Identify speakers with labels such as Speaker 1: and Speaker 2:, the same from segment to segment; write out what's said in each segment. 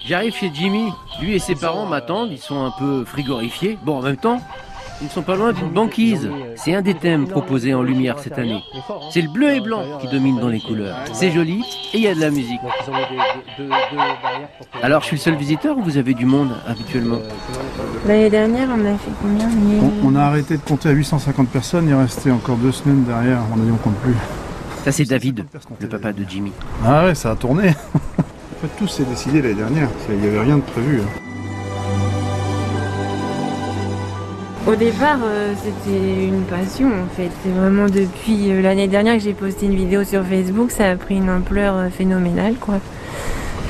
Speaker 1: J'arrive chez Jimmy. Lui et ses parents m'attendent. Ils sont un peu frigorifiés. Bon, en même temps, ils ne sont pas loin d'une banquise. C'est un des thèmes proposés en lumière cette année. C'est le bleu et blanc qui domine dans les couleurs. C'est joli et il y a de la musique.
Speaker 2: Donc ils ont mis des- deux- deux- deux barrières pour que-
Speaker 1: Alors, je suis le seul visiteur ou vous avez du monde habituellement
Speaker 3: L'année dernière, on a fait combien Mille-
Speaker 4: On, on a arrêté de compter à 850 personnes, il restait encore deux semaines derrière, on a dit on compte plus.
Speaker 1: Ça, c'est David, le papa de Jimmy.
Speaker 4: Ah ouais, ça a tourné. en fait, tout s'est décidé l'année dernière, il n'y avait rien de prévu. hein.
Speaker 3: Au départ, euh, c'était une passion en fait. C'est vraiment depuis euh, l'année dernière que j'ai posté une vidéo sur Facebook, ça a pris une ampleur euh, phénoménale quoi.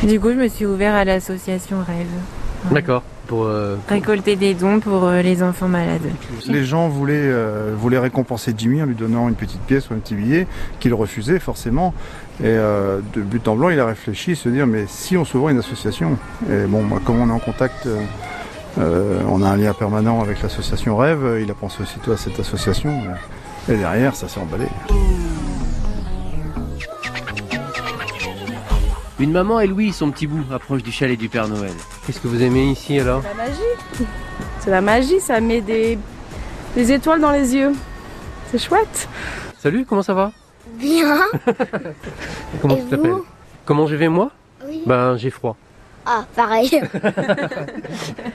Speaker 3: Du coup, je me suis ouvert à l'association Rêve.
Speaker 2: D'accord. Pour, euh,
Speaker 3: Récolter des dons pour euh, les enfants malades.
Speaker 4: Les gens voulaient, euh, voulaient récompenser Jimmy en lui donnant une petite pièce ou un petit billet, qu'il refusait forcément. Et euh, de but en blanc, il a réfléchi, se dire mais si on s'ouvrait une association Et bon, moi, comme on est en contact, euh, euh, on a un lien permanent avec l'association Rêve, il a pensé aussitôt à cette association. Et derrière, ça s'est emballé.
Speaker 1: Une maman et Louis, son petit bout, approchent du chalet du Père Noël.
Speaker 2: Qu'est-ce que vous aimez ici alors
Speaker 5: La magie. C'est la magie, ça met des, des étoiles dans les yeux. C'est chouette.
Speaker 2: Salut, comment ça va
Speaker 6: Bien.
Speaker 2: Comment
Speaker 6: Et
Speaker 2: tu t'appelles
Speaker 6: vous
Speaker 2: Comment je vais moi
Speaker 6: Oui.
Speaker 2: Ben j'ai froid.
Speaker 6: Ah, pareil.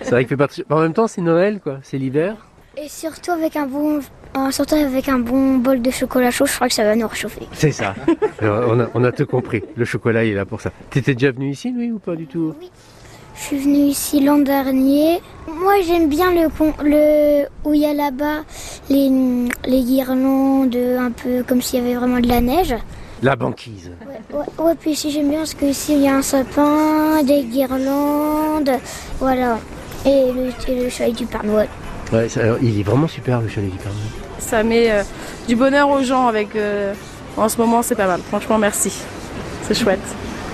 Speaker 2: C'est vrai que fait partie- En même temps c'est Noël quoi, c'est l'hiver.
Speaker 6: Et surtout avec un bon, euh, surtout avec un bon bol de chocolat chaud, je crois que ça va nous réchauffer.
Speaker 2: C'est ça. Alors, on, a, on a tout compris. Le chocolat il est là pour ça. T'étais déjà venu ici lui ou pas du tout
Speaker 6: Je suis venue ici l'an dernier. Moi, j'aime bien le con, le où il y a là-bas les les guirlandes, un peu comme s'il y avait vraiment de la neige.
Speaker 2: La banquise.
Speaker 6: Ouais, ouais, puis ici j'aime bien parce que ici il y a un sapin, des guirlandes, voilà, et le, et le chalet du Père Noël.
Speaker 2: Ouais, ça- alors, il est vraiment super le chalet du Père Noël.
Speaker 5: Ça met euh, du bonheur aux gens avec. euh, en ce moment, c'est pas mal. Franchement, merci. C'est chouette.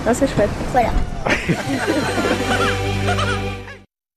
Speaker 5: Ah, c'est chouette.